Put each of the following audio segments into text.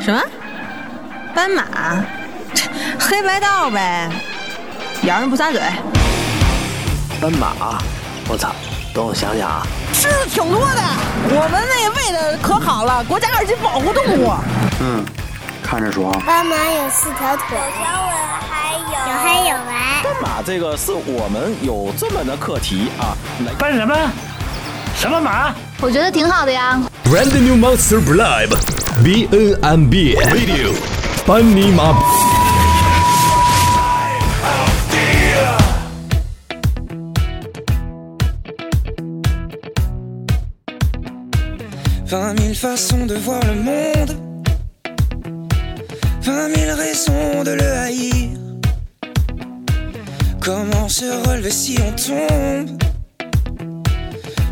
什么？斑马？ 这黑白道呗，咬人不撒嘴。斑马，啊我操！等我想想啊，吃的挺多的，我们那喂的可好了，国家二级保护动物。嗯，看着啊爽。斑马有四条腿，小吻还有有黑有白，斑马这个是我们有这么的课题啊，来搬什么？什么马？我觉得挺好的呀。 Brand new monster live B N M B video 班尼马。 Vingt mille façons de voir le monde, vingt mille raisons de le haïr. Comment se relever si on tombe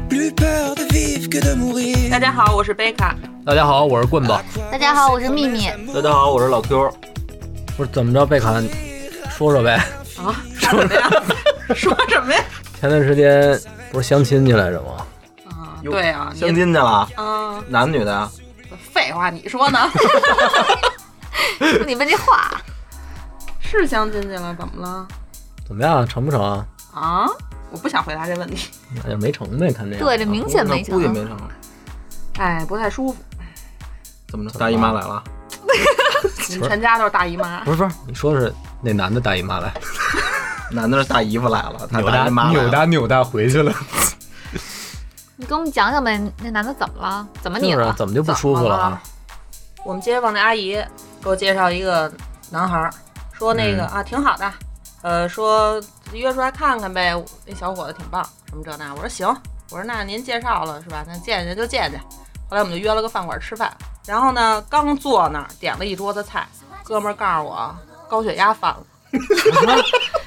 Plus peur de vivre que de mourir. 大家好，我是贝 卡。大家好，我是棍子。大家好，我是秘密。大家好，我是老 Q。不是怎么着，贝卡，说说呗。 啊，说什么呀？说什么呀？前段时间不是相亲去来着吗？啊，对啊，相亲去了，嗯啊，男女的呀？废话，你 说呢？你问这话，是相亲去了，怎么了？怎么样，成不成啊？啊，我不想回答这问题。那就没成呗，看这样。对，这明显没那估计成。没成。哎，不太舒服。怎么着？大姨妈来了？你们全家 都是大姨妈不。是不是，你说是那男的大姨妈来， 男的是大姨夫来了，他扭大哒姨妈来了扭哒扭哒回去了，你给我们讲讲呗，那男的怎么了？怎么就你啊是 了？怎么就不舒服了啊？我们街坊那阿姨给我介绍一个男孩儿，说那个、啊挺好的，呃，说约出来看看呗，那小伙子挺棒，什么这那。我说行，我说那您介绍了是吧？那见见就见见。后来我们就约了个饭馆吃饭，然后呢，刚坐那儿点了一桌子菜，哥们儿告诉我高血压犯了，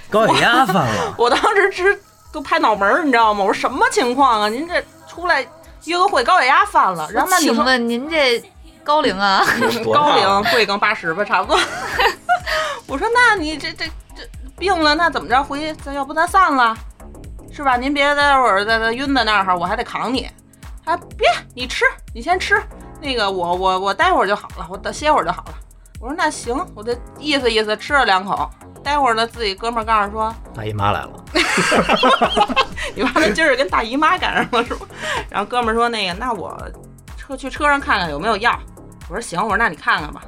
高血压犯了，我当时直都拍脑门儿，你知道吗？我说什么情况啊？您这出来约个会高血压犯了，然后那你请说问您这高龄啊？ 多高大龄贵庚八十吧，差不多。 我说那你这这这病了，那怎么着？回去咱要不咱散了，是吧？您别待会儿在那晕在那儿哈，我还得扛你。啊，别，你吃，你先吃。那个我我我待会儿就好了，我等歇会儿就好了。我说那行，我这意思意思，吃了两口。待会儿呢，自己哥们儿告诉说，大姨妈来了， 你妈的今儿跟大姨妈赶上了是吧？然后哥们儿说那个，那我车去车上看看有没有药。我说行，我说那你看看吧。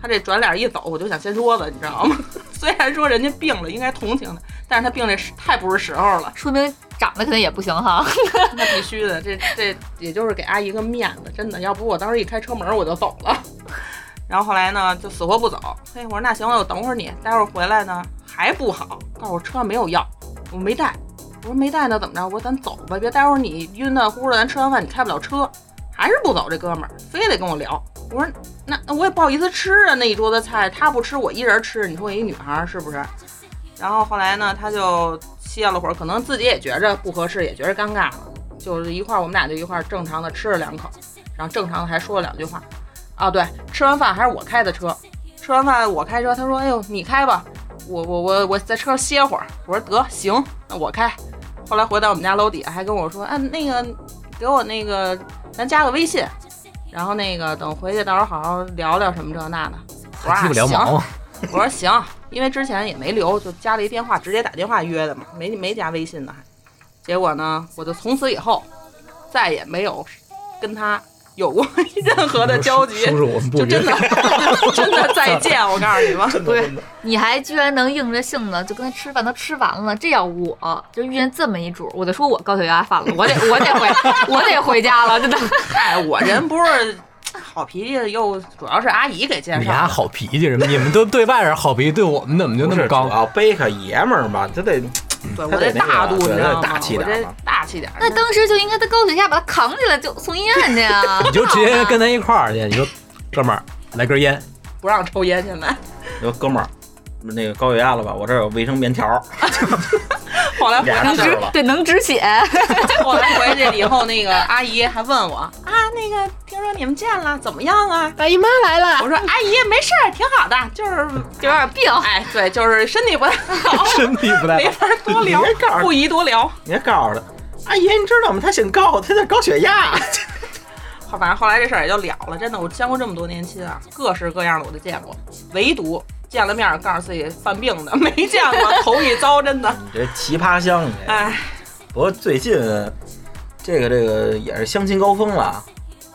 他这转脸一走，我就想掀桌子，你知道吗？ 虽然说人家病了，应该同情他，但是他病这时太不是时候了，说明长得可能也不行哈。那必须的。这这也就是给阿姨个面子，真的。要不我当时一开车门我就走了。然后后来呢，就死活不走。哎嘿，我说那行，我等会儿你，待会儿回来呢还不好，告诉我车上没有药，我没带。我说没带呢，怎么着？我说咱走吧，别待会儿你晕的乎的，咱吃完饭你开不了车。还是不走，这哥们儿非得跟我聊。我说那那我也不好意思吃啊，那一桌子菜他不吃，我一人吃。你说我一女孩儿是不是？然后后来呢，他就歇了会儿，可能自己也觉着不合适，也觉着尴尬了，就是一块儿我们俩就一块儿正常的吃了两口，然后正常的还说了两句话。啊，对，吃完饭还是我开的车，吃完饭我开车，他说哎呦你开吧，我我我我在车上歇会儿。我说得行，那我开。后来回到我们家楼底下还跟我说，哎那个给我那个咱加个微信，然后那个等回去到时候好好聊聊什么这那的。我鸡说不啊聊行，毛，我说行，因为之前也没留，就加了一电话，直接打电话约的嘛，没没加微信呢还。结果呢，我就从此以后再也没有跟他有过 任何的交集，叔叔我们不就约真的 真的再见，我告诉你吧，对，你还居然能硬着性子就跟他吃饭，都吃完了。这要我就遇见这么一主，我就说我高血压犯了，我得我得回我得回家了，真的。 嗨，我人不是好脾气，又主要是阿姨给介你绍俩的。好脾气什么？你们都对外人好脾气，对我们怎么就那么高刚？啊，背个爷们儿嘛，这得对，他我得这那个大度，你对知他道吗？得大气我点儿这嘛大气点儿。那当时就应该在高血压把他扛起来，就送医院去啊。你就直接跟他一块儿去，你说哥们儿来根烟，不让抽烟，现在。你说哥们儿，那个高血压了吧？我这儿有卫生棉条儿， 后来俩能人止了。对能止血， 后来回去以后，那个阿姨还问我啊，那个听说你们见了，怎么样啊？哎大姨妈来了，我说阿姨没事儿，挺好的，就是有点病。哎，对，就是身体不太 好，身体不太没好。法多聊你别告，诉不宜多聊。 你还告诉他，阿姨，你知道吗？他姓高，他叫高血压。后反正后来这事儿也就了了。真的，我相过这么多年亲啊，各式各样的我都见过，唯独见了面儿告诉自己犯病的没见过，头一遭真的。这奇葩相你这。哎，不过最近这个这个也是相亲高峰了，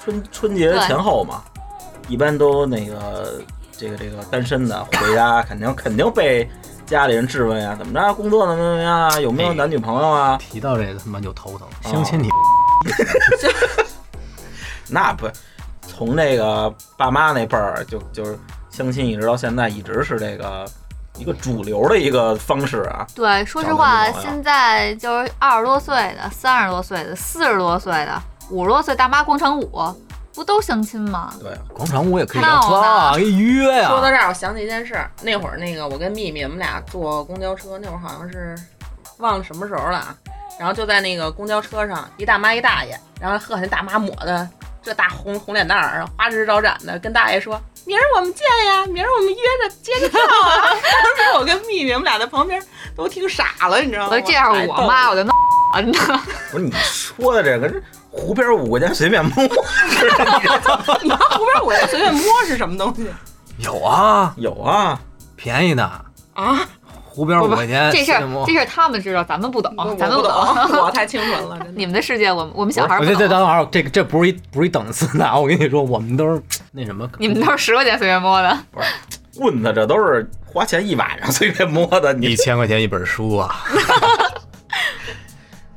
春春节对前后嘛，一般都那个这个这个单身的回家肯定肯定被家里人质问呀，怎么着工作怎么怎么样啊，有没有男女朋友啊？提到这个他妈就头疼，哦相亲你那不从那个爸妈那辈儿就就是相亲一直到现在一直是这个一个主流的一个方式啊。对，说实话，现在就是二十多岁的、三十多岁的、四十多岁的、五十多岁大妈广场舞，不都相亲吗？对，广场舞也可以闹聊呢啊，可以约呀、说到这儿，我想起一件事啊儿，那会儿那个我跟秘密，我们俩坐公交车，那会儿好像是忘了什么时候了啊。然后就在那个公交车上，一大妈一大爷，然后呵，那大妈抹的这大红红脸蛋儿，然后花枝招展的，跟大爷说：“明儿我们见呀，明儿我们约着接着跳啊。”当时我跟秘密，我们俩在旁边都听傻了，哦你知道吗？我这样太我逗妈了我就闹了，你知道吗？不是你说的这个是湖边五块钱随便摸，你妈胡边我就随便摸是什么东西有啊有啊，便宜的，啊？湖边五块钱，这事哎羡慕儿这事儿他们知道，咱们不懂，咱们不懂， 懂，我太清纯了，真的。你们的世界，我们我们小孩儿我不这这懂。等会儿，这个这不是一不是一等次的啊！我跟你说，我们都是那什么，你们都是十块钱随便摸的，棍子这都是花钱一晚上随便摸的，你 一千块钱一本书啊！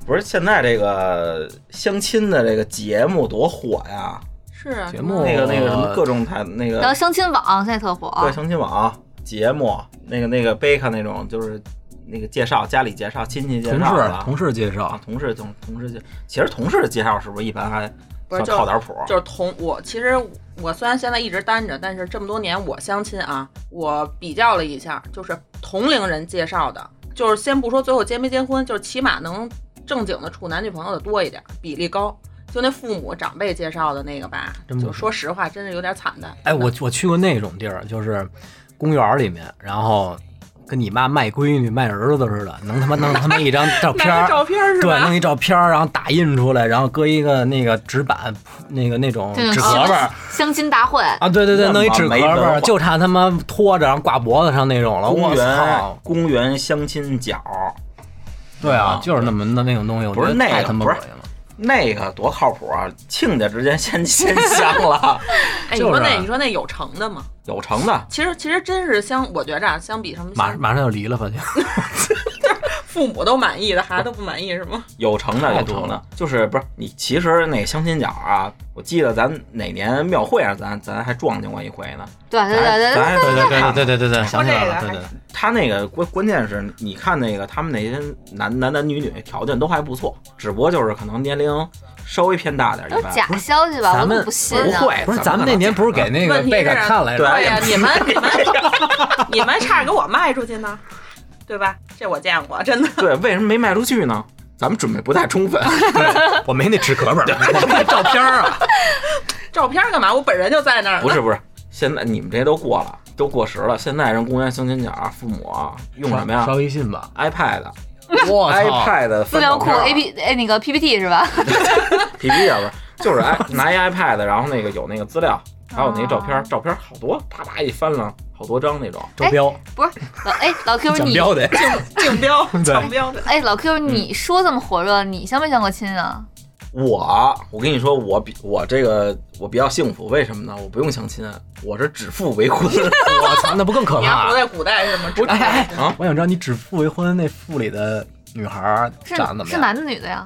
不是现在这个相亲的这个节目多火呀？ 是啊，节目那个那个什么各种台那然后个相亲网现在特火，对相亲网节目，那个那个贝卡那种就是那个介绍家里介绍亲戚介同绍事的同事介绍，同事同同事介，其实同事介绍是不是一般还不是算就靠点谱？就是同我其实我虽然现在一直单着，但是这么多年我相亲啊，我比较了一下，就是同龄人介绍的，就是先不说最后结没结婚，就是起码能正经的处男女朋友的多一点，比例高。就那父母长辈介绍的那个吧，真不就说实话，真是有点惨淡。哎，我我去过那种地儿，就是公园里面，然后跟你妈卖闺女卖儿子似的，能他妈弄他妈一张照片儿拿 着，照片是对，吧？弄一照片儿，然后打印出来，然后搁一个那个纸板，那个那种这种纸盒儿吧。相亲大会，啊，对对对，那弄一纸壳没文化儿，就差他妈拖着，然后挂脖子上那种了。公我园操！公园相亲角，对啊，就是那么那那种东西，我觉不是得那个太他妈不恶是心了。那个多靠谱啊！亲家之间先先相 了，哎，你就是说啊那你说那有成的吗？有成的。其实其实真是相，我觉着啊，相比什么马马上要离了吧？就父母都满意的，孩子都不满意是吗？有成的，太有多成的了，就是不是你？其实那个相亲角啊，我记得咱哪年庙会上咱咱还撞见过一回呢。对对对对咱还对，对对对对对对 对，想起来了，这对个对。他那个关关键是，你看那个他们那些男男男女女条件都还不错，只不过就是可能年龄稍微偏大点儿，都一是般假消息吧？我咱怎么们不信不啊？会，不是怎咱们么可那能年不是给那个问题贝卡是看来着？哎对呀、你们 你们你们差点给我卖出去呢，对吧？这我见过，真的。对，为什么没卖出去呢？咱们准备不太充 分，我没那纸壳本儿，我没那照片儿 啊。照片干嘛？我本人就在那儿。 不是不是，现在你们这都过了，都过时了。现在人公园相亲角，父母啊用什么呀刷微信吧。 ？iPad、 我操！ iPad 资翻料照库片儿 A P 哎那个 P P T 是吧？ P P 要不是就是 i 拿一 iPad，然后那个有那个资料，还有那个照哦片，照片好多，啪啪一翻了，好多张那种。周标，不是老哎老 Q 讲你标 的，竞 标，对竞标的。哎老 Q 嗯你说这么火热，你相没相过亲啊？我我跟你说，我比我这个我比较幸福，为什么呢？我不用相亲，我是指腹为婚 我操，那不更可你要怕活？在古代是吗？哎哎哎啊！我想知道你指腹为婚那腹里的女孩儿是长得怎么是样？男的女的呀？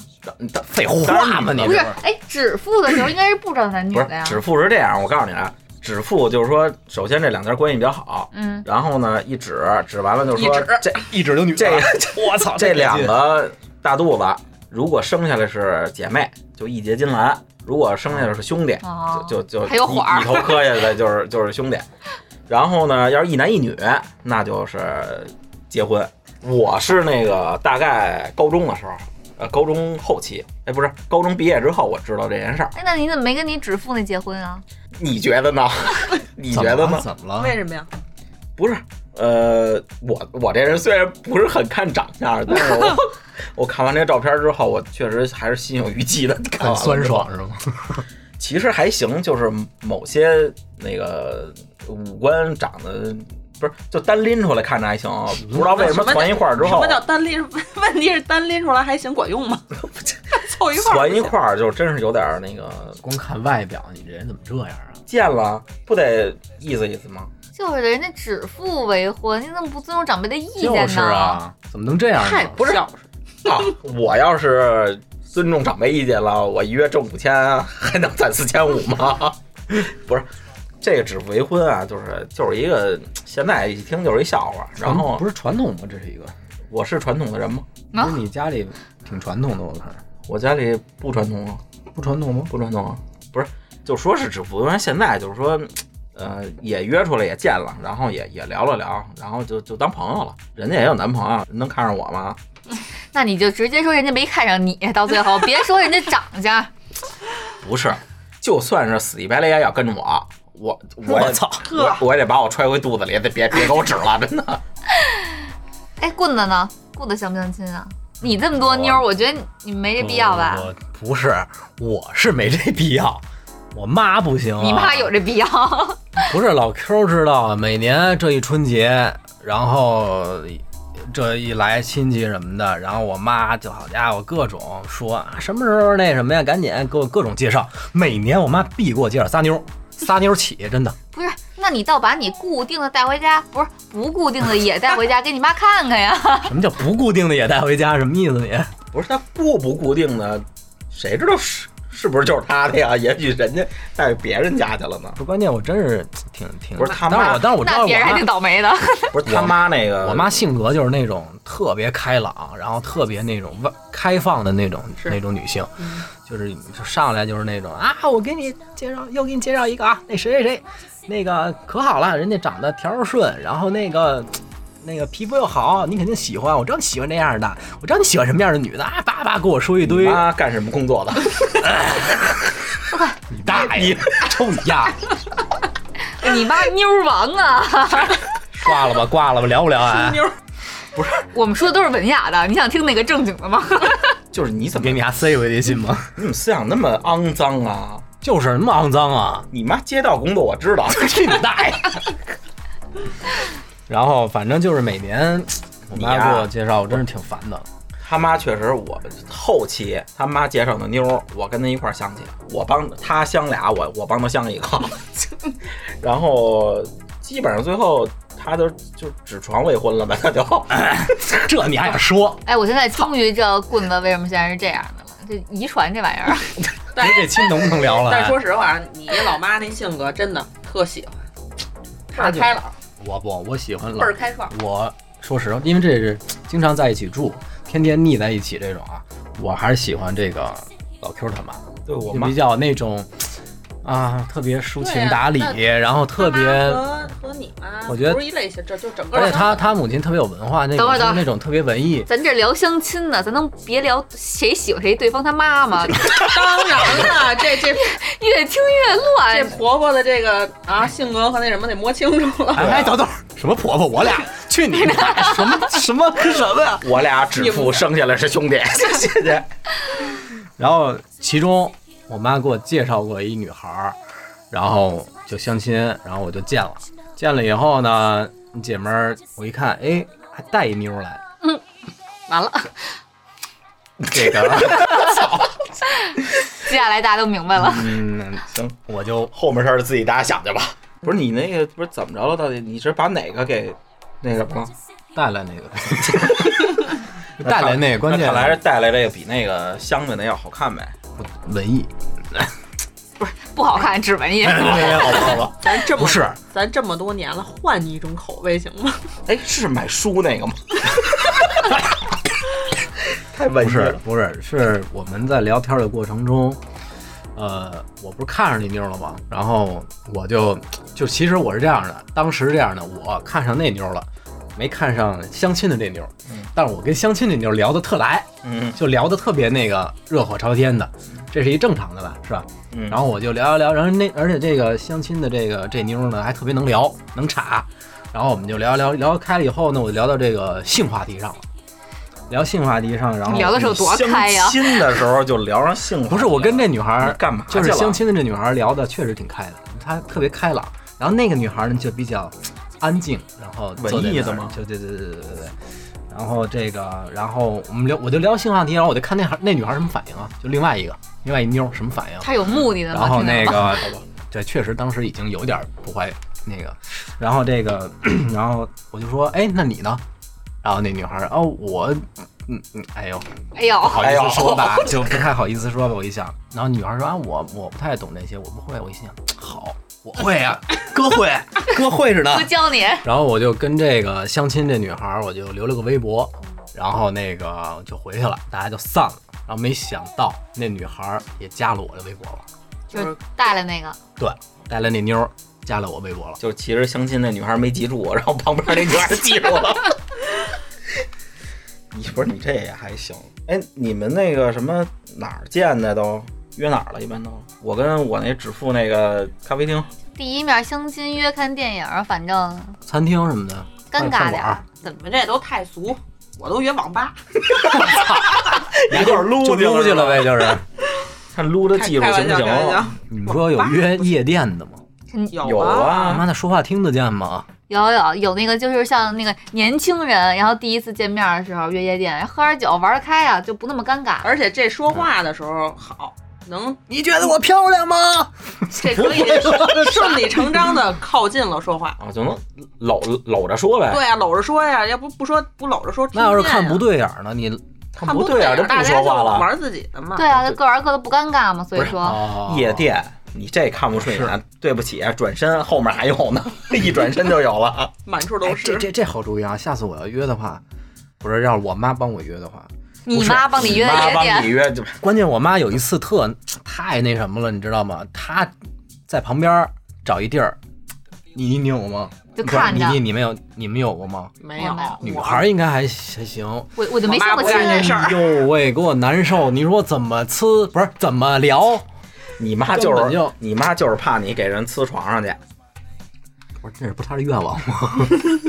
废话嘛，你不是，哎指腹的时候应该是不知道男女不是的呀。指腹是这样，我告诉你啊，指腹就是说，首先这两家关系比较好，嗯，然后呢一指指完了就说一指这一指就女这的。 我操，这太两劲个大肚子，如果生下来是姐妹，就一结金兰；如果生下来是兄弟，哦就就就还有火儿一一头磕下来就是就是兄弟。然后呢，要是一男一女，那就是结婚。我是那个大概高中的时候，呃，高中后期，哎，不是高中毕业之后，我知道这件事儿。哎那你怎么没跟你指腹那结婚啊？你觉得呢？ 你觉得怎么呢了？？怎么为了？什么呀？不是，呃，我我这人虽然不是很看长相，但是 我我看完这照片之后，我确实还是心有余悸的，看很完了之后酸爽。是吗？其实还行，就是某些那个五官长得不是就单拎出来看着还行，不知道为什么攒一块儿之什后么叫单拎？ 问题是单拎出来还行管用吗？ 凑一块儿攒一块儿就真是有点儿那个。光看外表，你这人怎么这样啊？见了不得意思意思吗？就是人家指腹为婚，你怎么不尊重长辈的意见呢？就是啊，怎么能这样呢？不 是啊！我要是尊重长辈意见了，我一月挣五千，啊还能攒四千五吗？ 不是，这个指腹为婚啊，就是就是一个现在一听就是一笑话。然后传不是传统吗？这是一个，我是传统的人吗？不是你家里挺传统的，我看我家里不传统啊，不传统吗？不传统啊，不是，就说是指腹为婚，现在就是说，呃，也约出来也见了，然后也也聊了聊，然后就就当朋友了。人家也有男朋友，能看上我吗？那你就直接说人家没看上你，到最后别说人家 长相，不是，就算是死乞白赖也要跟着我，我我也我操我我也得把我揣回肚子里，得别别给我指了， 真的。哎，棍子呢？棍子相不相亲啊？你这么多妞儿，我觉得你没这必要吧？呃我不是，我是没这必要，我妈不行、啊。你妈有这必要？不是老 Q 知道，啊每年这一春节，然后这一来亲戚什么的，然后我妈就好家伙各种说啊什么时候那什么呀，赶紧给我各种介绍。每年我妈必给我介绍仨妞儿，仨妞儿起，真的。 不是，那你倒把你固定的带回家，不是不固定的也带 回家，给你妈看看呀。什么叫不固定的也带回家？什么意思你？ 不是他固不固定的，谁知道是是不是就是他的呀？ 也许人家带别人家去了呢。不是，关键我真是挺挺不是他妈当然我当然我知道那我别人还挺妈倒霉的。 不是他妈那个，我妈性格就是那种特别开朗，然后特别那种外开放的那种那种女性，就是就上来就是那种啊，我给你介绍，又给你介绍一个啊，那谁谁谁，那个可好了，人家长得条儿顺，然后那个。那个皮肤又好，你肯定喜欢。我知道你喜欢这样的，我知道你喜欢什么样的女的啊！叭叭跟我说一堆。妈干什么工作的？ 你大爷！臭你 丫！ 你妈妞儿王啊！挂了吧，挂了吧，聊不聊啊？我们说的都是文雅的，你想听哪个正经的吗？就是你怎么给你丫塞回去信吗？你怎么思想那么肮脏啊？ 就是那么肮脏啊！你妈街道工作我知道， 去你大爷！然后反正就是每年我妈给我介绍，我真是挺烦的。他妈确实我，后期他妈介绍的妞儿，我跟他一块儿相去，我帮他相俩，我我帮他相一个， 然后基本上最后他就就指床未婚了吧，他就这你还想说？ 哎，我现在终于知道棍子为什么现在是这样的了，这遗传这玩意儿。你这期能不能聊了？但说实话，你老妈那性格真的特喜欢，那太就开朗，我不，我喜欢倍老儿开放。我说实话，因为这是经常在一起住，天天腻在一起这种啊，我还是喜欢这个老 Q 他妈， 对我就妈比较那种啊，特别抒对情啊达理，那然后特别，他妈和和你妈，我觉得不是一类型，这就整个。而且他他母亲特别有文化，那等种会就是儿等会儿那种特别文 艺。 咱这聊相亲呢，咱能别聊谁喜欢谁对方他妈吗？当然了，这这 越听越这乱。婆婆的这个啊性格和那什么得摸清楚了。哎，哎等等，什么婆婆？我俩去你妈！什么什么跟什么呀？我俩指腹生下来是 兄弟，谢谢。然后其中我妈给我介绍过一女孩儿，然后就相亲，然后我就见了。见了以后呢，姐们儿我一看，哎，还带一妞儿来，完了，这 个，接下来大家都明白了。嗯，行，我就后面事儿自己大家想去吧。不是你那个不是怎么着了？到底你是把哪个给那什么了？带来那个， 带来那个，关键看来是带来这个比那个镶的那要好看呗。文 艺，不好看，指纹哎印。没有没有，咱这么不是，咱这么多年了，换你一种口味行吗？哎，是买书那 个吗？太文不艺是了。不是，是我们在聊天的过程中，呃，我不是看上那妞了吗？然后我就就其实我是这样的，当时是这样的，我看上那妞了，没看上相亲的这妞，但是我跟相亲这妞聊得特来，嗯就聊得特别那个热火朝天的，这是一正常的吧，是吧？嗯然后我就聊一聊，然后那而且这个相亲的这个这妞呢，还特别能聊，能插。然后我们就聊一聊聊开了以后呢，我就聊到这个性话题上了。聊性话题上，然后聊的时候多开呀相亲的时候就聊上性，不是我跟这女孩儿干嘛就去了是相亲的这女孩儿聊的确实挺开的，她特别开朗。然后那个女孩儿呢就比较安静，然后坐在文艺那的儿吗就对对对对对对对。然后这个，然后我们聊，我就聊性话题，然后我就看那孩那女孩儿什么反应啊？就另外一个，另外一妞儿什么反应？ 啊他有目的的吗？然后那听到个吗，对，确实当时已经有点不怀那个，然后这个， 然后我就说，哎，那你呢？然后那女孩儿，哦，我，嗯嗯，哎呦，哎呦不好意思说吧 哎，呦就不太好意思说吧，我一想，然后女孩儿说啊，我我不太懂这些，我不会，我一心想，好，我会 啊，哥会，哥会 着呢不，教你，然后我就跟这个相亲这女孩儿，我就留了个微博，然后那个就回去了，大家就散了。然后没想到那女孩儿也加了我的微博了。就是带了那个，对，带了那妞儿加了我微博了。就是其实相亲那女孩没记住我，然后旁边那女孩记住 了。你不是你这也还行？哎，你们那个什么哪儿见的都约哪儿了？一般都我跟我那指腹那个咖啡厅、 第一面相亲约看电影，反正餐厅什么的，尴尬点儿。怎么这都太俗，我都约网吧。一块儿撸 就撸去了呗，就是。看撸的技术行不开玩笑行？你说有约夜店 的吗？有啊妈的，说话听得见吗？有有有那个就是像那个年轻人，然后第一次见面的时候约夜店，喝点酒玩儿开啊，就不那么尴尬。而且这说话的时候好， 能你觉得我漂亮吗？这可以顺理成章的靠近了说话。啊，就能搂搂着说呗。对啊，搂着说呀，要不不说不搂着说，那要是听看不不见呀对眼儿呢，你看看不对啊对眼儿就大不家说就话了。玩自己的嘛。对啊，各玩各的不尴尬嘛，所以说哦夜店，你这看不顺眼，对不起，啊转身后面还有呢， 一转身就有了。满处哎这这这好主意啊！下次我要约的话，不是要是我妈帮我约的话，你妈帮你约的妈夜帮你店，约就关键我妈有一次特太那什么了，你知道吗？她在旁边儿找一地儿，你你你有过吗？就看着不是你你你们有你们有过吗？没有我没有，女孩儿应该还还行。我我就没相过亲我妈不干这事儿哎呦喂，给我难受！你说我怎么呲？不是怎么聊？你妈就根本就是你妈就是怕你给人呲床上去。我说这不是她的愿望吗？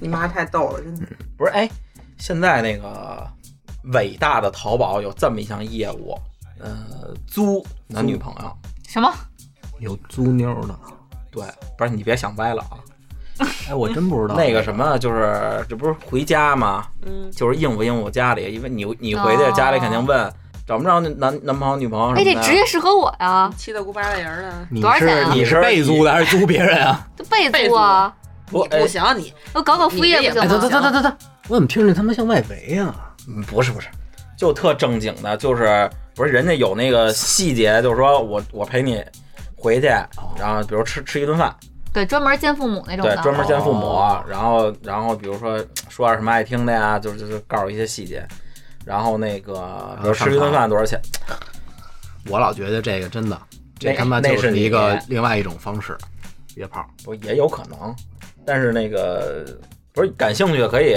你妈太逗了，真的。不是，哎，现在那个伟大的淘宝有这么一项业务，呃，租男女朋友。什么？有租妞的？对，不是你别想歪了啊。哎，我真不知道那个什么，就是这不是回家吗？嗯，就是应付应付家里，因为你你回去家里肯定问找不着那男男朋友女朋友什哦哎，么的。这职业适合我呀，七大姑八大姨儿的，你多少钱是啊你是被租的还是租别人啊？就被租啊，不你不行，你我搞搞副业不你这行哎，也等吗？等等等等等，我怎么听着他妈像外围啊？嗯不是不是，就特正经的，就是不是人家有那个细节，就是说我我陪你回去，然后比如吃吃一顿饭，对，专门见父母那种对的，，专门见父母，哦然后然后比如说说点什么爱听的呀，就是就是告诉一些细节，然后那个比如吃一顿饭多少钱，我老觉得这个真的，这那他妈那就是你一个另外一种方式，约炮。不也有可能，但是那个不是感兴趣的可以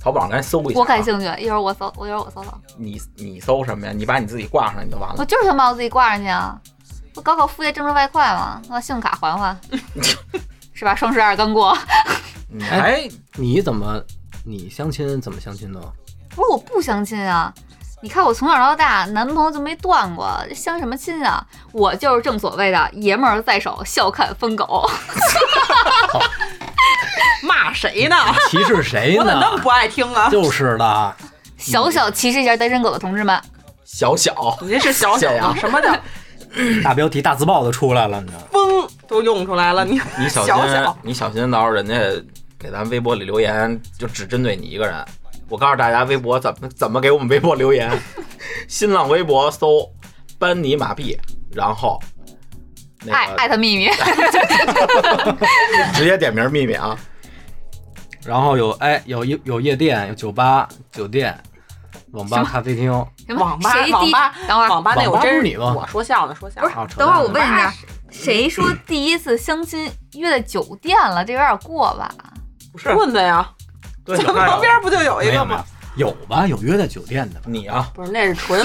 淘宝上赶紧搜一下，啊我感，兴趣，一会儿我搜，我一会儿我搜搜，你你搜什么呀？你把你自己挂上来你就完我了，就是想把我自己挂上去啊，我搞搞副业挣挣外快嘛，那信用卡还还，是吧？双十二刚过，你还你怎么你相亲怎么相亲呢？不是我不相亲啊。你看我从小到大男朋友就没断过，相什么亲啊？我就是正所谓的爷们儿在手，笑看疯狗。骂谁呢？ 歧视谁我怎呢？么那么不爱听啊？ 就是的，小小歧视一下单身狗的同志们，小小你这是小小小呀的，什么叫大标题大字报都出来了，你知道吗？风都用出来 了？你你小小心，小，你小心，到时候人家给咱微博里留言，就只针对你一个人。我告诉大家，微博怎么怎么给我们微博留 言，新浪微博搜“班尼马屁”，然后那哎爱个爱他秘密，直接点名秘密啊，然后有哎有夜有夜店，有酒吧、酒店、网吧、咖啡厅。 哦什么网吧谁网第吧等会儿网吧那啊网我吧真不是你吗我说笑呢，说笑不是啊扯淡等会儿我问一下，谁说第一次相亲约在酒店了？这有点过吧？不是棍子呀，对咱们旁边不就有一没哎有个没有吗？，有吧？有约在酒店的吧？你啊，不是，那是 纯，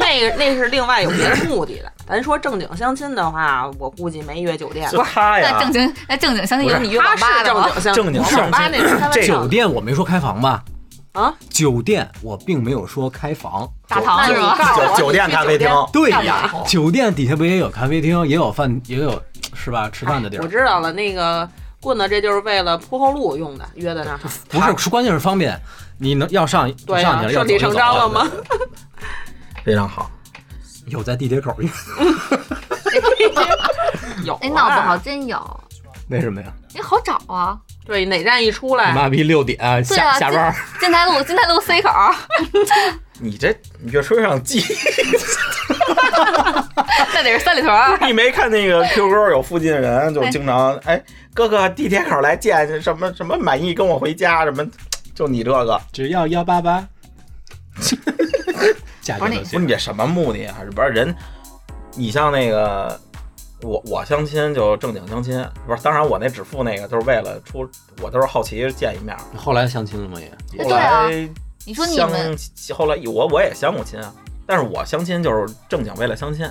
那个那是另外有别的目的 的。咱说正经相亲的话，我估计没约酒店。就他那哎呀正，经那正经相亲有不是你 约他网吧是的正吗？经相正经我相网吧那是开玩笑酒店我没说开房吧？啊，酒店我并没有说开房，大堂是吧？酒酒店咖啡厅，对呀，酒店底下不也有咖啡厅，也有饭，也有是吧？吃饭的地儿。我知道了，那个棍子这就是为了铺后路用的，约在那儿。 不是，关键是方便，你能要上对上去呀，了，要顺走就理成走章了吗？非常好。有在地铁 口用， 有啊，哎，闹不好真有，为什么呀？你好找啊。对，哪站一出你来，妈逼六点对下啊，下班儿，金金台路，金台路 C 口，你这你越说越想记，那得是三里屯 儿。你没看那个 QQ 有附近的人就经常哎，哥哥地铁口来见，什么什么满意跟我回家，什么就你这个，只要幺八八。价格不是就你哎不是行。你这什么目的啊？不是人，你像那个我我相亲就正经相亲，不是当然我那指腹那个就是为了出，我都是好奇见一面。后来相亲了吗也？哎后对啊来你说你相们后来我我也相过亲啊，但是我相亲就是正经为了相亲，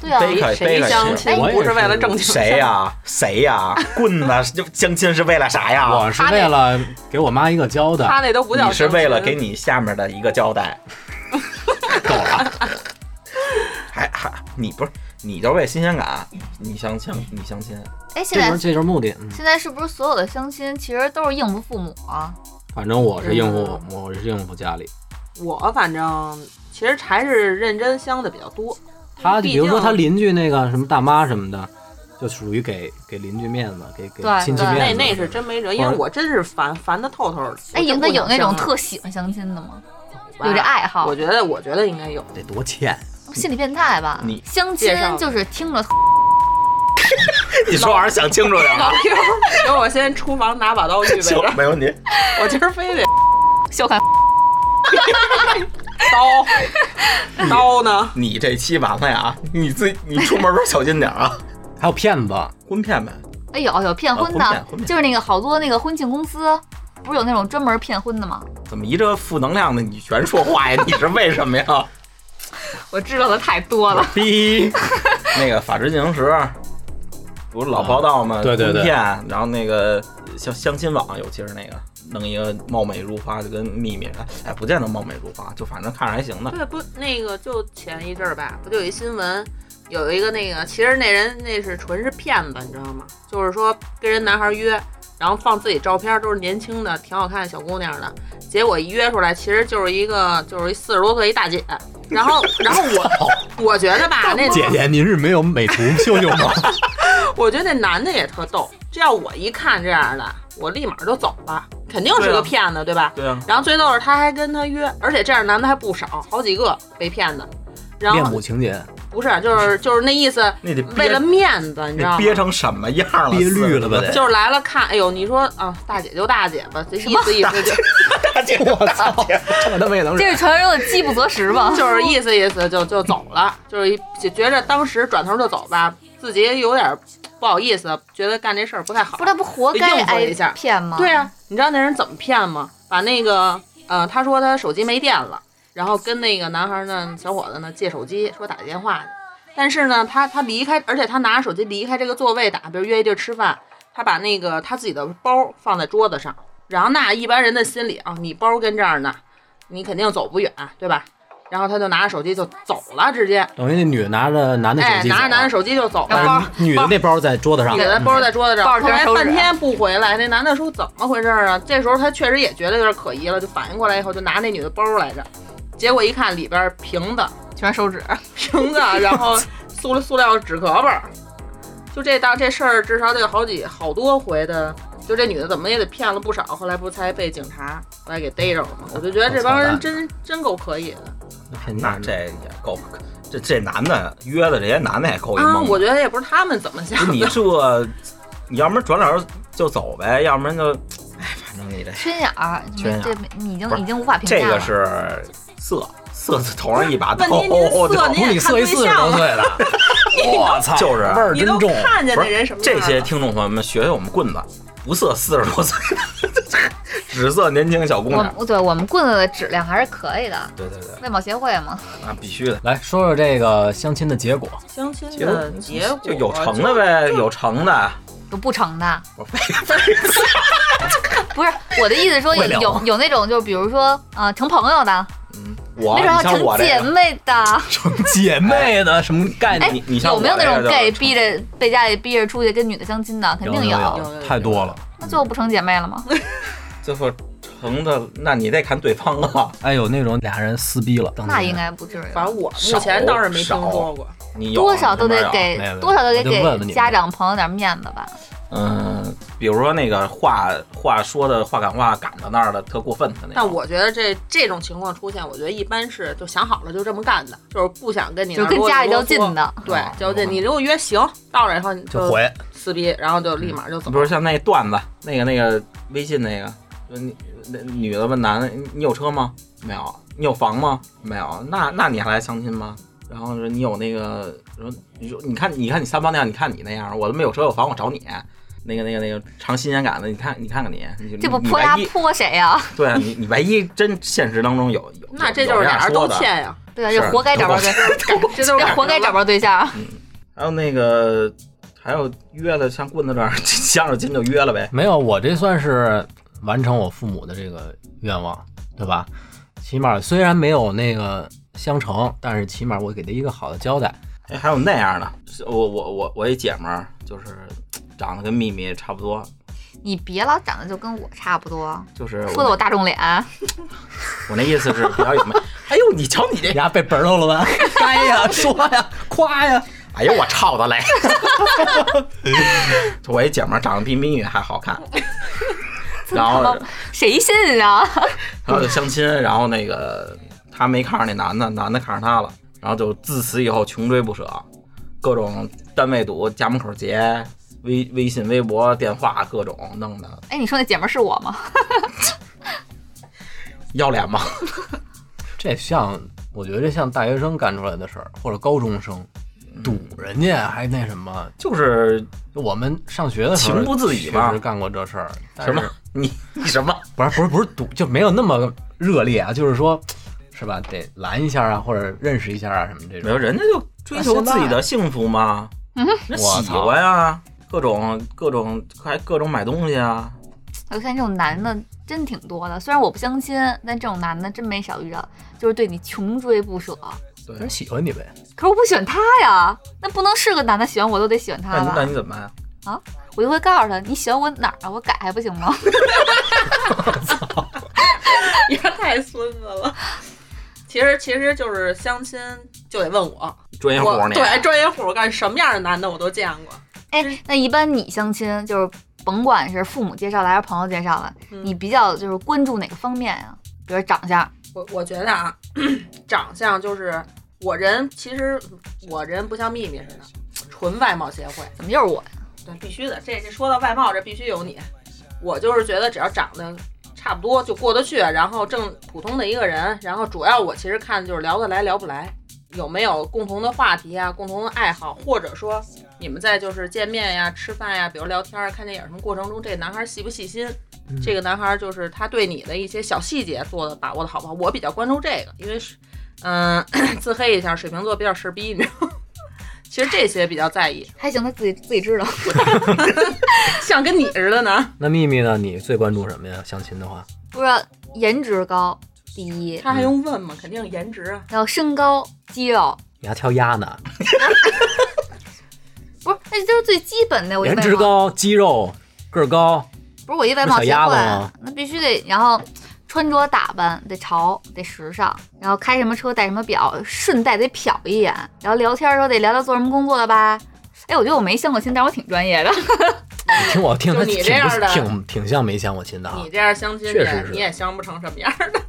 对啊，背开背谁开相亲。亲我也不是为了挣钱？谁呀、谁呀、棍子就相亲是为了啥呀？我是为了给我妈一个交代， 他那都不叫你是相亲为了给你下面的一个交代，够了。 还还你不是你就是为新鲜感，你相亲你相亲，哎，现这就是在这就是目的。嗯现在是不是所有的相亲其实都是应付父母啊？反正我是应付，我是应付家里。我反正其实还是认真相的比较多。他毕比如说竟他邻居那个什么大妈什么的，就属于给给邻居面子，给给对亲戚对面那子。那是真没辙，因为我真是烦烦的透透的。我哎，你真不们有那种想相特喜欢相亲的吗？吧有这爱好我？觉得我觉得应 该有。得多欠，心理变态吧你？相亲介绍就是听着 你说话想清楚点老刘，等我先厨房拿把刀预备 行着，没问题。我今儿非得 笑看，刀 刀呢。你这期完了呀，你自己你出门都小心点啊， 还有骗子，婚骗呗。哎有有哦骗婚啊婚的骗婚，骗就是那个好多那个婚庆公司，不是有那种专门骗婚的 吗？怎么一这负能量的你全说话呀？你是为什么呀？我知道的太多了， 逼，那个法制进行时。不是老报道吗？啊对对对婚骗，然后那个相相亲网，尤其是那个弄一个貌美如花，就跟秘密，哎哎，不见得貌美如花，就反正看着还行的。对，不那个就前一阵儿吧，不就有一新闻，有一个那个，其实那人那是纯是骗子，你知道吗？就是说跟人男孩约，然后放自己照片，都是年轻的，挺好看的小姑娘的，结果一约出来，其实就是一个就是一四十多岁一大姐。然后，然后 我我觉得吧，那姐姐您是没有美图秀秀吗？我觉得那男的也特逗，这要我一看这样的，我立马就走了，肯定是对个啊骗子，对吧？对啊，然后最逗的是，他还跟他约，而且这样男的还不少，好几个被骗的。然恋后母情节，不是，就是就是那意思，那得憋为了面子，你知道那吗？憋成什么样了？憋绿了吧得就是来了看，哎呦，你说啊，大姐就大姐吧，这意思意思就大姐，我操！这他妈也能这是传说中的饥不择食吧？ 就是意思意思就就走了，就是一就觉着当时转头就走吧，自己也有点不好意思，觉得干这事儿不太好不。是他不活就该应付了一下挨骗吗？对，啊，你知道那人怎么骗吗？把那个呃，他说他手机没电了，然后跟那个男孩呢，小伙子呢借手机，说打个电话去。但是呢，他他离开，而且他拿着手机离开这个座位打，比如约一地儿吃饭，他把那个他自己的包放在桌子上。然后那一般人的心里啊，你包跟这儿呢，你肯定走不远，对吧？然后他就拿着手机就走了，直接，等于那女的拿着男的手哎，机走了，拿着男的手机就走了，包但是女的那包在桌子上，给他嗯包在桌子上，抱着后根来手指半天不回来，那男的说怎么回事儿啊？这时候他确实也觉得有点可疑了，就反应过来以后就拿那女的包来着，结果一看里边瓶子、全手指， 瓶子，啊然后塑料塑料纸壳儿吧，就这到这事儿至少得有好几好多回的。就这女的怎么也得骗了不少，后来不才被警察后来给逮着了吗？我就觉得这帮人真真够可以的骗你那这也够，这这男的约的这些男的也够一啊！蒙的。我觉得也不是他们怎么想就你的，这，你要不然转脸就走呗，要不然就，哎，反正你这缺眼儿，你缺眼儿这没你已不经是已经无法评这价个了。是色色字头上一把 刀，问题您色我您也你哎看四一对四十象多岁了，的，我操，就是啊味儿你真都重。看见不那是人什么样这了啊些听众朋友们学学我们棍子，不色四十多岁，只色年轻小姑我嗯娘。我对我们棍子的质量还是可以的，对对对，外贸协会嘛。那必须的，来说说这个相亲的结 果，相亲的结果就 有成的呗，有成的。有不成的，我不不是我的意思说有会聊有吗有那种就比如说啊、呃成朋友的，我那你种还像我成这姐个，妹的，姐妹的什么概哎念？你像有没有我那这种个 gay 逼着被家里逼着出去跟女的相亲的？肯定有，太多了。那最后不成姐妹了吗？最后成的，那你得看对方啊。哎，有那种俩人撕逼了，那应该不至于。反正我目前倒是没听说过。你有多少都得给没有没有没有多少都得我就问问给你家长朋友点面子吧。嗯，比如说那个话话说的话赶话赶到那儿的特过分的那但种，我觉得这这种情况出现，我觉得一般是就想好了就这么干的，就是不想跟你就那儿跟啰里家里啰较劲嗦的对，较劲。你如果约行到了以后你啊嗯就回撕逼，然后就立马就走。不是像那段子，那个那个微信那个，就你那女的问男的，你你有车吗？没有。你有房吗？没有。那那你还来相亲吗？然后说你有那个，说你说你看你看你三胞那样，你看你那样，我都没有车有房，我找你。那个那个那个尝新鲜感的，你看你看看你，你这不你泼白丫一泼谁呀、对啊，你你万一真现实当中有有，那这就是俩人都欠呀。对啊，就活该找不着对象， 这都是活该找不着对象。嗯还有那个还有约的，像棍子 这样相着亲就约了呗。没有，我这算是完成我父母的这个愿望，对吧？起码虽然没有那个相成，但是起码我给他一个好的交代。哎，还有那样的，是我我我我一姐们儿就是长得跟秘密差不多，你别老长得就跟我差不多，就是说的我大众脸。我那意思是比较有魅。 哎呦，你瞧你这 牙被本儿了吧？该呀，说呀，夸呀。哎呦，我操的嘞！ 就我一姐们儿长得比秘密还好 看，然后谁信 啊？然后就相亲，然后那个她没看上那男的，男的看上她了，然后就自此以后穷追不舍，各种单位堵、家门口劫、微微信、微博、电话各种弄的，哎，你说那姐们儿是我吗？要脸吗？这像，我觉得这像大学生干出来的事儿，或者高中生堵人家还那什么， 就是我们上学的时候情不自已嘛确实干过这事儿。但是什么？ 你你什么？不是不是不是堵，就没有那么热烈啊，就是说，是吧？得拦一下啊，或者认识一下啊，什么这种。没有，人家就追求自己的幸福嘛，嗯，那喜欢呀，各种各种还各种买东西啊，我看这种男的真挺多的，虽然我不相亲，但这种男的真没少遇到，就是对你穷追不舍。对，人喜欢你呗。可是我不喜欢他呀，那不能是个男的喜欢我都得喜欢那他你那吧？你怎么办呀？啊，我就会告诉他你喜欢我哪儿啊，我改还不行吗？ 也太孙子了。其实其实就是相亲就得问我，专业户我你对哎专业户，我干什么样的男的我都见过。哎，那一般你相亲就是甭管是父母介绍的还是朋友介绍的，嗯你比较就是关注哪个方面呀、比如长相，我我觉得啊，长相就是我人，其实我人不像秘密似的，纯外貌协会。怎么又是我呀？对，必须的。这这说到外貌，这必须有你。我就是觉得只要长得差不多就过得去，然后正普通的一个人，然后主要我其实看就是聊得来聊不来，有没有共同的话题啊，共同的爱好，或者说你们在就是见面呀、吃饭呀，比如聊天、啊、看电影什么过程中，这个男孩细不细心？这个男孩就是他对你的一些小细节做的把握的好不好？我比较关注这个，因为是嗯、 自黑一下，水瓶座比较事儿逼，你知道吗？ 其实这些比较在意，还行，他自己自己知道。像跟你似的呢。那秘密呢？你最关注什么呀？相亲的话，不是颜值高第一，他嗯还用问吗？肯定颜值啊。然后身高、肌肉，你还挑鸭呢？不是，那就是最基本的。我一颜外值貌，高，肌肉，个儿高，不是我一外貌不是协小鸭子会吗，那必须得，然后穿着打扮得潮，得时尚，然后开什么车戴什么表，顺带得瞟一眼，然后聊天的时候得聊聊做什么工作的吧。哎，我觉得我没相过亲，但我挺专业的。你听我听，就他你挺这样的不挺挺像没相过亲的啊你。这样相亲确实去，是你也相不成什么样儿的，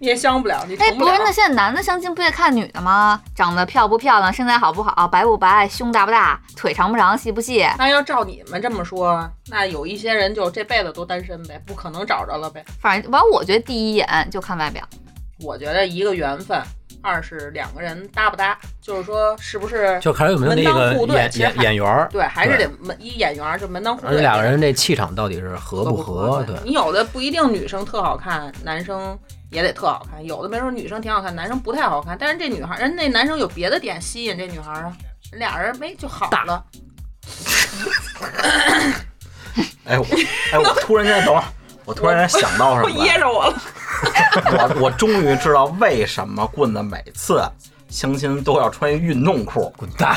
你也相不了，你哎，成不了是，。那现在男的相亲不得看女的吗？长得漂不漂亮，身材好不好，白不白，胸大不大，腿长不长，细不细？那要照你们这么说，那有一些人就这辈子都单身呗，不可能找着了呗。反正，完，我觉得第一眼就看外表。我觉得一个缘分，二是两个人搭不搭，就是说是不是就看有没有那门当个户对眼其实眼还眼缘儿，对，还是得门一眼缘儿，就门当户而且对。两个人这气场到底是合不合？对，你有的不一定女生特好看，男生也得特好看；有的没准女生挺好看，男生不太好看。但是这女孩，人那男生有别的点吸引这女孩啊，俩人没就好了。哎我哎我突然间等会儿，我突然想到什么我噎了，着我了。我我终于知道为什么棍子每次相亲都要穿运动裤，滚蛋，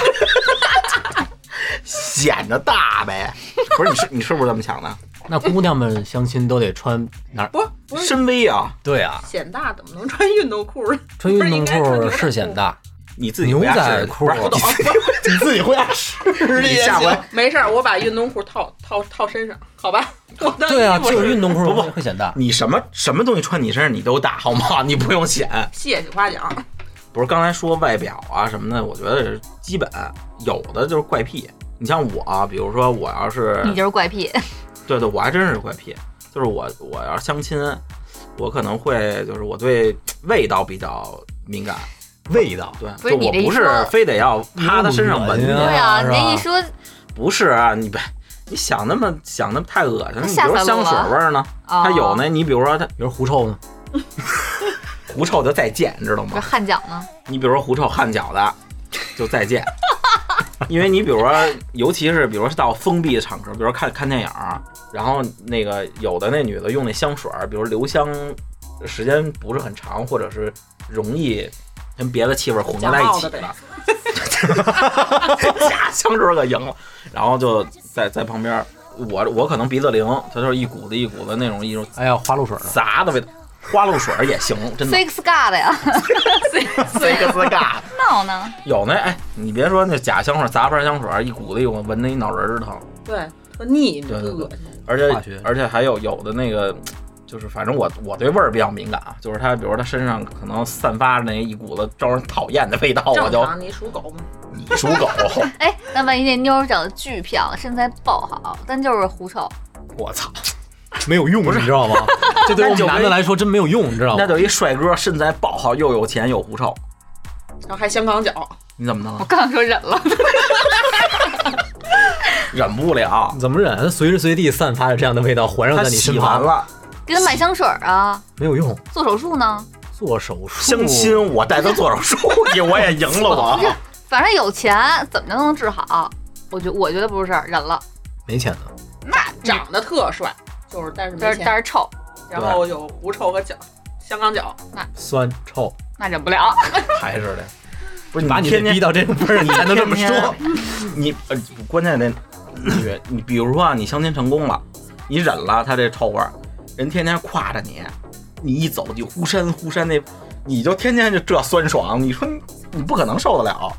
显着大呗。不是你是你是不是这么想的？那姑娘们相亲都得穿哪儿？不是深 V 啊，对啊，显大怎么能穿运动裤啊 呢？穿运动裤是显大，你自己牛仔裤， 你自己回家试去，下回没事儿，我把运动裤套套套身上，好吧？我当对啊，衣服就是运动裤不不会显大。你什么什么东西穿你身上你都大好吗？ 你不用显。谢谢夸奖。不是刚才说外表啊什么的，我觉得基本有的就是怪癖。你像我啊，比如说我要是你就是怪癖，对对，我还真是怪癖，就是我我要相亲，我可能会就是我对味道比较敏感，味道对，不是就你我这一不是说非得要趴他身上闻你的，恶心对啊，你这一说不是啊，你别你想那么想那么太恶心了，你比吓如死香我水了味儿呢，哦它有呢，你比如说它比如狐臭呢？ 狐臭就再见，你知道不是吗？汗脚呢，你比如说狐臭汗脚的，就再见。 因为你比如说，尤其是比如说到封闭的场合，比如说看看电影儿，然后那个有的那女的用那香水儿，比如留香时间不是很长，或者是容易跟别的气味混合在一起假冒了， 假香水儿可赢了，然后就在在旁边儿，我我可能鼻子灵，它就是一股子一股子那种一种哎呀，花露水呢？杂的味道，花露水儿也行，真的 six god 呀， 这个自尬。闹呢？有那哎，你别说那假香水、杂牌香水，一股子一股闻的一脑仁儿疼，对，特腻，对对对恶心。而化且学而且还有有的那个，就是反正我我对味儿比较敏感啊，就是他比如他身上可能散发那一股子招人讨厌的味道，哦我正就常，你属狗吗？你属狗，哎，那万一那妞儿长得巨漂亮，身材爆好，但就是狐臭，我操，没有用，你知 道吗？这对我们男的来说真没有用，你知道 吗？那就一帅哥，身材爆好，又有钱又狐臭，然后还香港脚，你怎么弄啊我？刚想说忍了，忍不了，怎么忍？随时随地散发着这样的味道，环绕他在你身洗完旁，了，给他买香水儿啊，没有用。做手术呢，做手术相亲我带他做手 术去，我也赢 了我。反正有钱怎么着能治好？我觉我觉得不是事儿，忍了，没钱的，长得特帅，就是但是但没是但钱，是臭，然后有狐臭和脚，香港脚。酸臭，那忍不了。还是的，不是把你天逼天到这种份儿，你才能这么天说。 你呃，关键得你你比如说啊，你相亲成功了，你忍了他这臭味儿，人天天挎着你，你一走就忽扇忽扇那，你就天天就这酸爽，你说你你不可能受得了。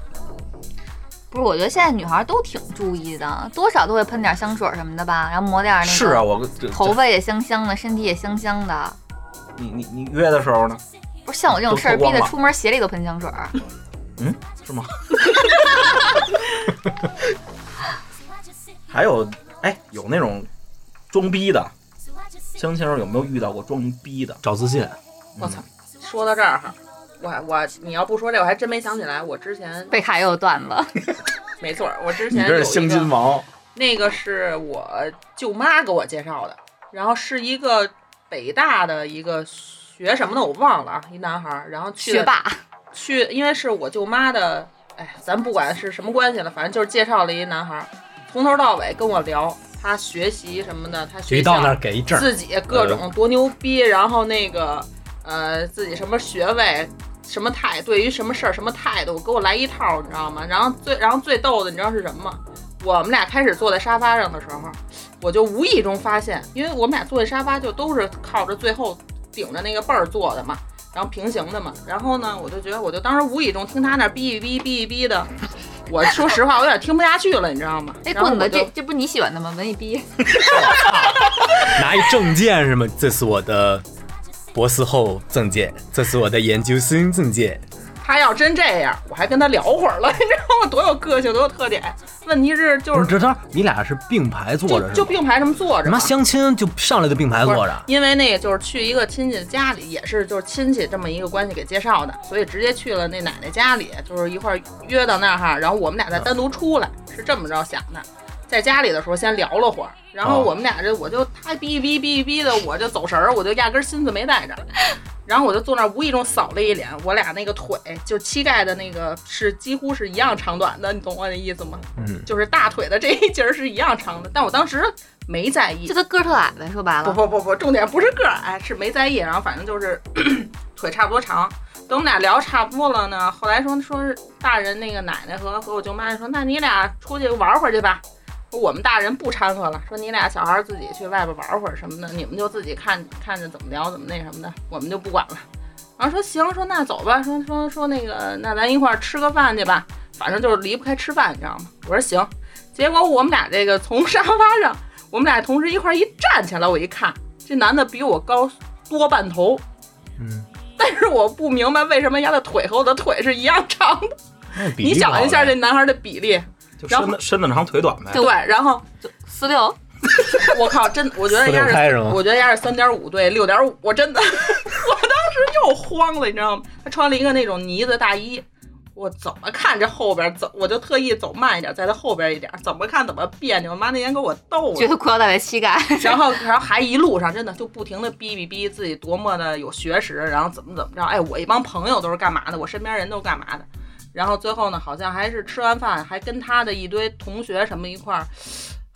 不是，我觉得现在女孩都挺注意的，多少都会喷点香水什么的吧，然后抹点那个。是啊，，我这头发也香香的，身体也香香的。这你你你约的时候呢？不是像我这种事儿，都脱逼光了得出门鞋里都喷香水儿。嗯，是吗？ 还有哎，有那种装逼的，相亲时候有没有遇到过装逼的？找自信，我操！说到这儿哈，我我你要不说这，我还真没想起来。我之前贝卡也有段子，没错儿，我之你前这有是一相个亲王，那个是我舅妈给我介绍的，然后是一个北大的一个学什么的我忘了啊，一男孩儿，然后去的学霸，去，因为是我舅妈的，哎，咱不管是什么关系了，反正就是介绍了一男孩儿，从头到尾跟我聊他学习什么的，他学一校到那儿给一证儿，自己各种多牛逼，然后那个呃自己什么学位。什么态？对于什么事儿什么态度？给我来一套，你知道吗？然后最然后最逗的，你知道是什么吗？我们俩开始坐在沙发上的时候，我就无意中发现，因为我们俩坐在沙发就都是靠着最后顶着那个背儿坐的嘛，然后平行的嘛。然后呢，我就觉得，我就当时无意中听他那哔哔哔哔哔的，我说实话，我有点听不下去了，你知道吗？哎，然后棍我子，就这这不是你喜欢的吗？文艺逼，拿一证件是吗？这是我的博士后证件，这是我的研究生证件。他要真这样，我还跟他聊会儿了，你知道吗？多有个性，多有特点。问题是就不是，是这他你俩是并排坐就着是就吗？并排这么坐着什嘛么。相亲就上来就并排不是坐着，因为那个就是去一个亲戚家里，也是就是亲戚这么一个关系给介绍的，所以直接去了那奶奶家里，就是一块儿约到那儿哈，然后我们俩再单独出来，是这么着想的。在家里的时候先聊了会儿，然后哦我们俩这我就他哔哔哔哔的，我就走神儿，我就压根儿心思没在这儿，然后我就坐那儿无意中扫了一眼，我俩那个腿就是膝盖的那个是几乎是一样长短的，你懂我的意思吗？嗯，就是大腿的这一截儿是一样长的，但我当时没在意，就他个儿特矮呗，说白了。不不不不，重点不是个儿哎矮，是没在意。然后反正就是 咳咳腿差不多长。等我们俩聊差不多了呢，后来说说是大人那个奶奶和和我舅妈说，那你俩出去玩会儿去吧。说我们大人不掺和了，说你俩小孩自己去外边玩会儿什么的，你们就自己看看着怎么聊怎么那什么的，我们就不管了。然后说行，说那走吧，说说说那个，那咱一块儿吃个饭去吧，反正就是离不开吃饭，你知道吗？我说行。结果我们俩这个从沙发上，我们俩同时一块儿一站起来，我一看，这男的比我高多半头，嗯，但是我不明白为什么丫的腿和我的腿是一样长 的。嗯你想一下这男孩的比例，就然身后子身子长腿短呗。对，然后四六，我靠，真的，我觉得四丫六开是是吗，我觉得丫是三点五对六点五，我真的，我 当时又慌了，你知道吗？他穿了一个那种呢子大衣，我怎么看这后边走，我就特意走慢一点，在他后边一点，怎么看怎么别扭。妈那天给我逗的，觉得裤腰带 为膝盖，然后然后还一路上真的就不停的逼逼逼自己多么的有学识，然后怎么怎么着，哎，我一帮朋友都是干嘛的，我身边人都是干嘛的，然后最后呢，好像还是吃完饭还跟他的一堆同学什么一块儿，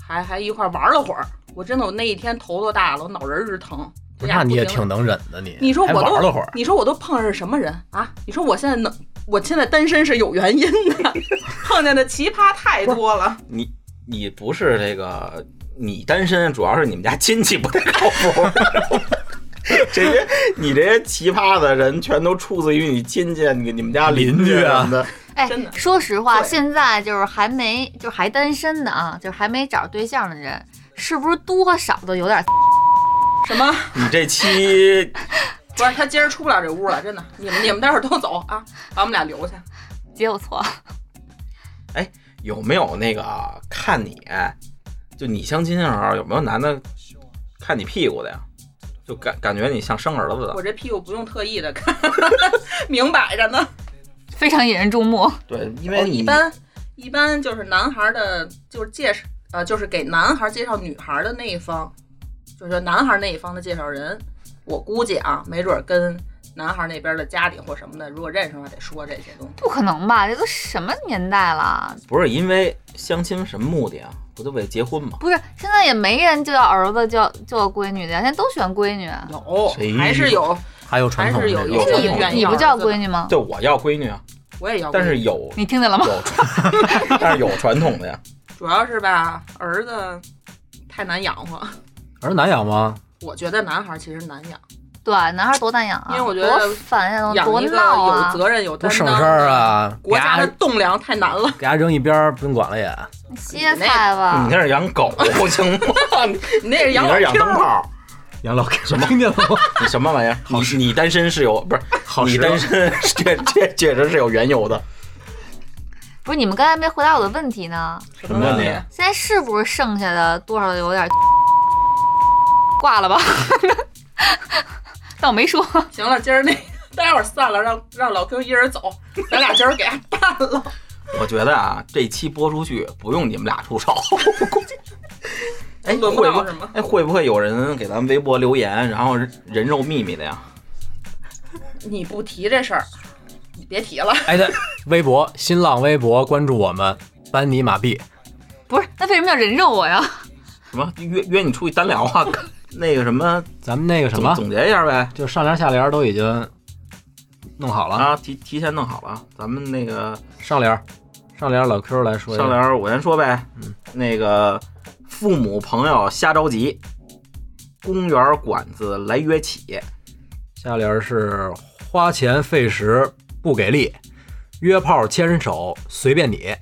还还一块儿玩了会儿，我真的我那一天头都大了，我脑仁儿直疼。不是，那你也挺能忍的，你你说还我都玩了会儿，你说我都碰上是什么人啊？你说我现在能，我现在单身是有原因的， 碰见的奇葩太多了。你你不是这个，你单身主要是你们家亲戚不太靠谱。 这些你这些奇葩的人，全都出自于你亲戚、你你们家邻居啊啊什么的。哎，说实话，现在就是还没，就是还单身的啊，就是还没找对象的人，是不是多少都有点什么？你这期不是，他今儿出不了这屋了，真的。你们你们待会儿都走啊，把我们俩留下。姐，我错了。有没有那个看你，就你相亲的时候有没有男的看你屁股的呀？就感感觉你像生儿子我的。这屁股不用特意的看， 明摆着呢。非常引人注目。对，因哦为一你般一般就是男孩的，就是介绍呃，就是给男孩介绍女孩的那一方，就是男孩那一方的介绍人，我估计啊，没准儿跟男孩那边的家里或什么的，如果认识的话，得说这些东西。不可能吧？这都什么年代了？不是因为相亲什么目的啊？不就为结婚吗？不是，现在也没人就要儿子，就要就要闺女的呀，现在都喜欢闺女。啊有谁还是有，还有传统还是有这有种这你愿意你要不就要儿子的闺女吗？对，我要闺女啊，我也要。但是有你听见了吗？有传， 但是有传统的呀。主要是吧，儿子太难养活，儿难养吗？我觉得男孩其实难养，对，男孩多难养啊，因为我觉得多烦呀、养多一个闹啊有。责任有不担省当事儿啊，国家的给栋梁太难 了。他给他扔一边儿，不用管了也。歇菜吧嗯你，那是养狗行吗？你那是你养那老是养片灯儿泡。养老什么？听见了吗？你什么玩意儿？你你单身是有不是？好你时髦单身 确确确实是有缘由的。不是你们刚才没回答我的问题呢？嗯什么问题？现在是不是剩下的多少有点 挂了 吧？但我没说，行了，今儿那待会儿散了，让让老 Q 一人走，咱俩今儿给他办了。我觉得啊，这期播出去不用你们俩出手， 我估计。哎，轮会不不到会是吗哎会不会有人给咱们微博留言，然后人肉秘密的呀？你不提这事儿，你别提了。 哎，对，微博、新浪微博关注我们班尼马币，不是，那为什么要人肉我呀？什么约约你出去单聊啊？ 那个什么，咱们那个什总么，总结一下呗就上联下联都已经弄好了。啊，提提前弄好了，啊咱们那个上联，上联老 Q 来说一下上联我先说呗，那个父母朋友瞎着急，公园馆子来约起，下联是花钱费时不给力，约炮牵手随便你。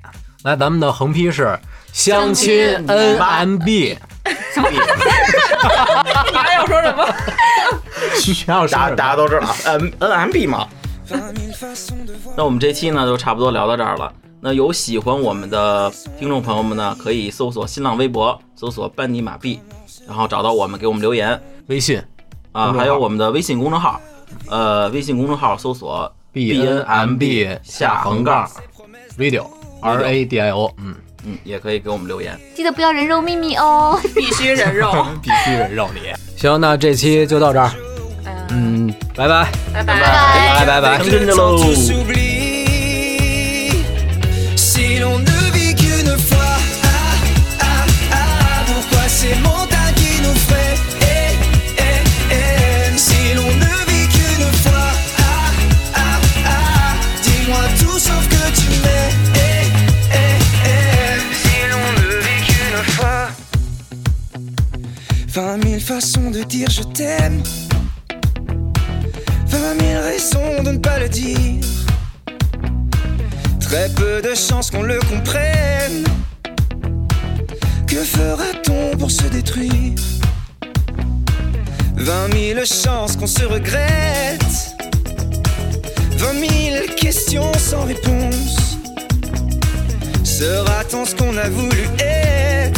来，咱们的横批是相亲 NMB，你还要说什么？还有大大家都知道，N N M B 嘛。嗯那我们这期呢就差不多聊到这儿了。那有喜欢我们的听众朋友们呢，可以搜索新浪微博，搜索班尼马币，然后找到我们，给我们留言微信公啊，众号还有我们的微信公众号，呃，微信公众号搜索 B N M B 下下横横杠杠，radio R A D I O，嗯，嗯，也可以给我们留言。记得不要人肉秘密哦。 必须人肉。必须人肉你。行，那这期就到这儿，嗯，拜拜，拜拜拜拜哎拜 Que 拜。 le Oh. temps tout s'oublie. Si l'on ne vit qu'une fois, ah, ah, ah, pourquoi c'est mon eh, ah, eh, Vingt mille façons de dire je t'aime. Vingt mille raisons de ne pas le dire. Très peu de chances qu'on le comprenne. Que fera-t-on pour se détruire Vingt mille chances qu'on se regrette. Vingt mille questions sans réponse. Sera-t-on ce qu'on a voulu être Ah, eh,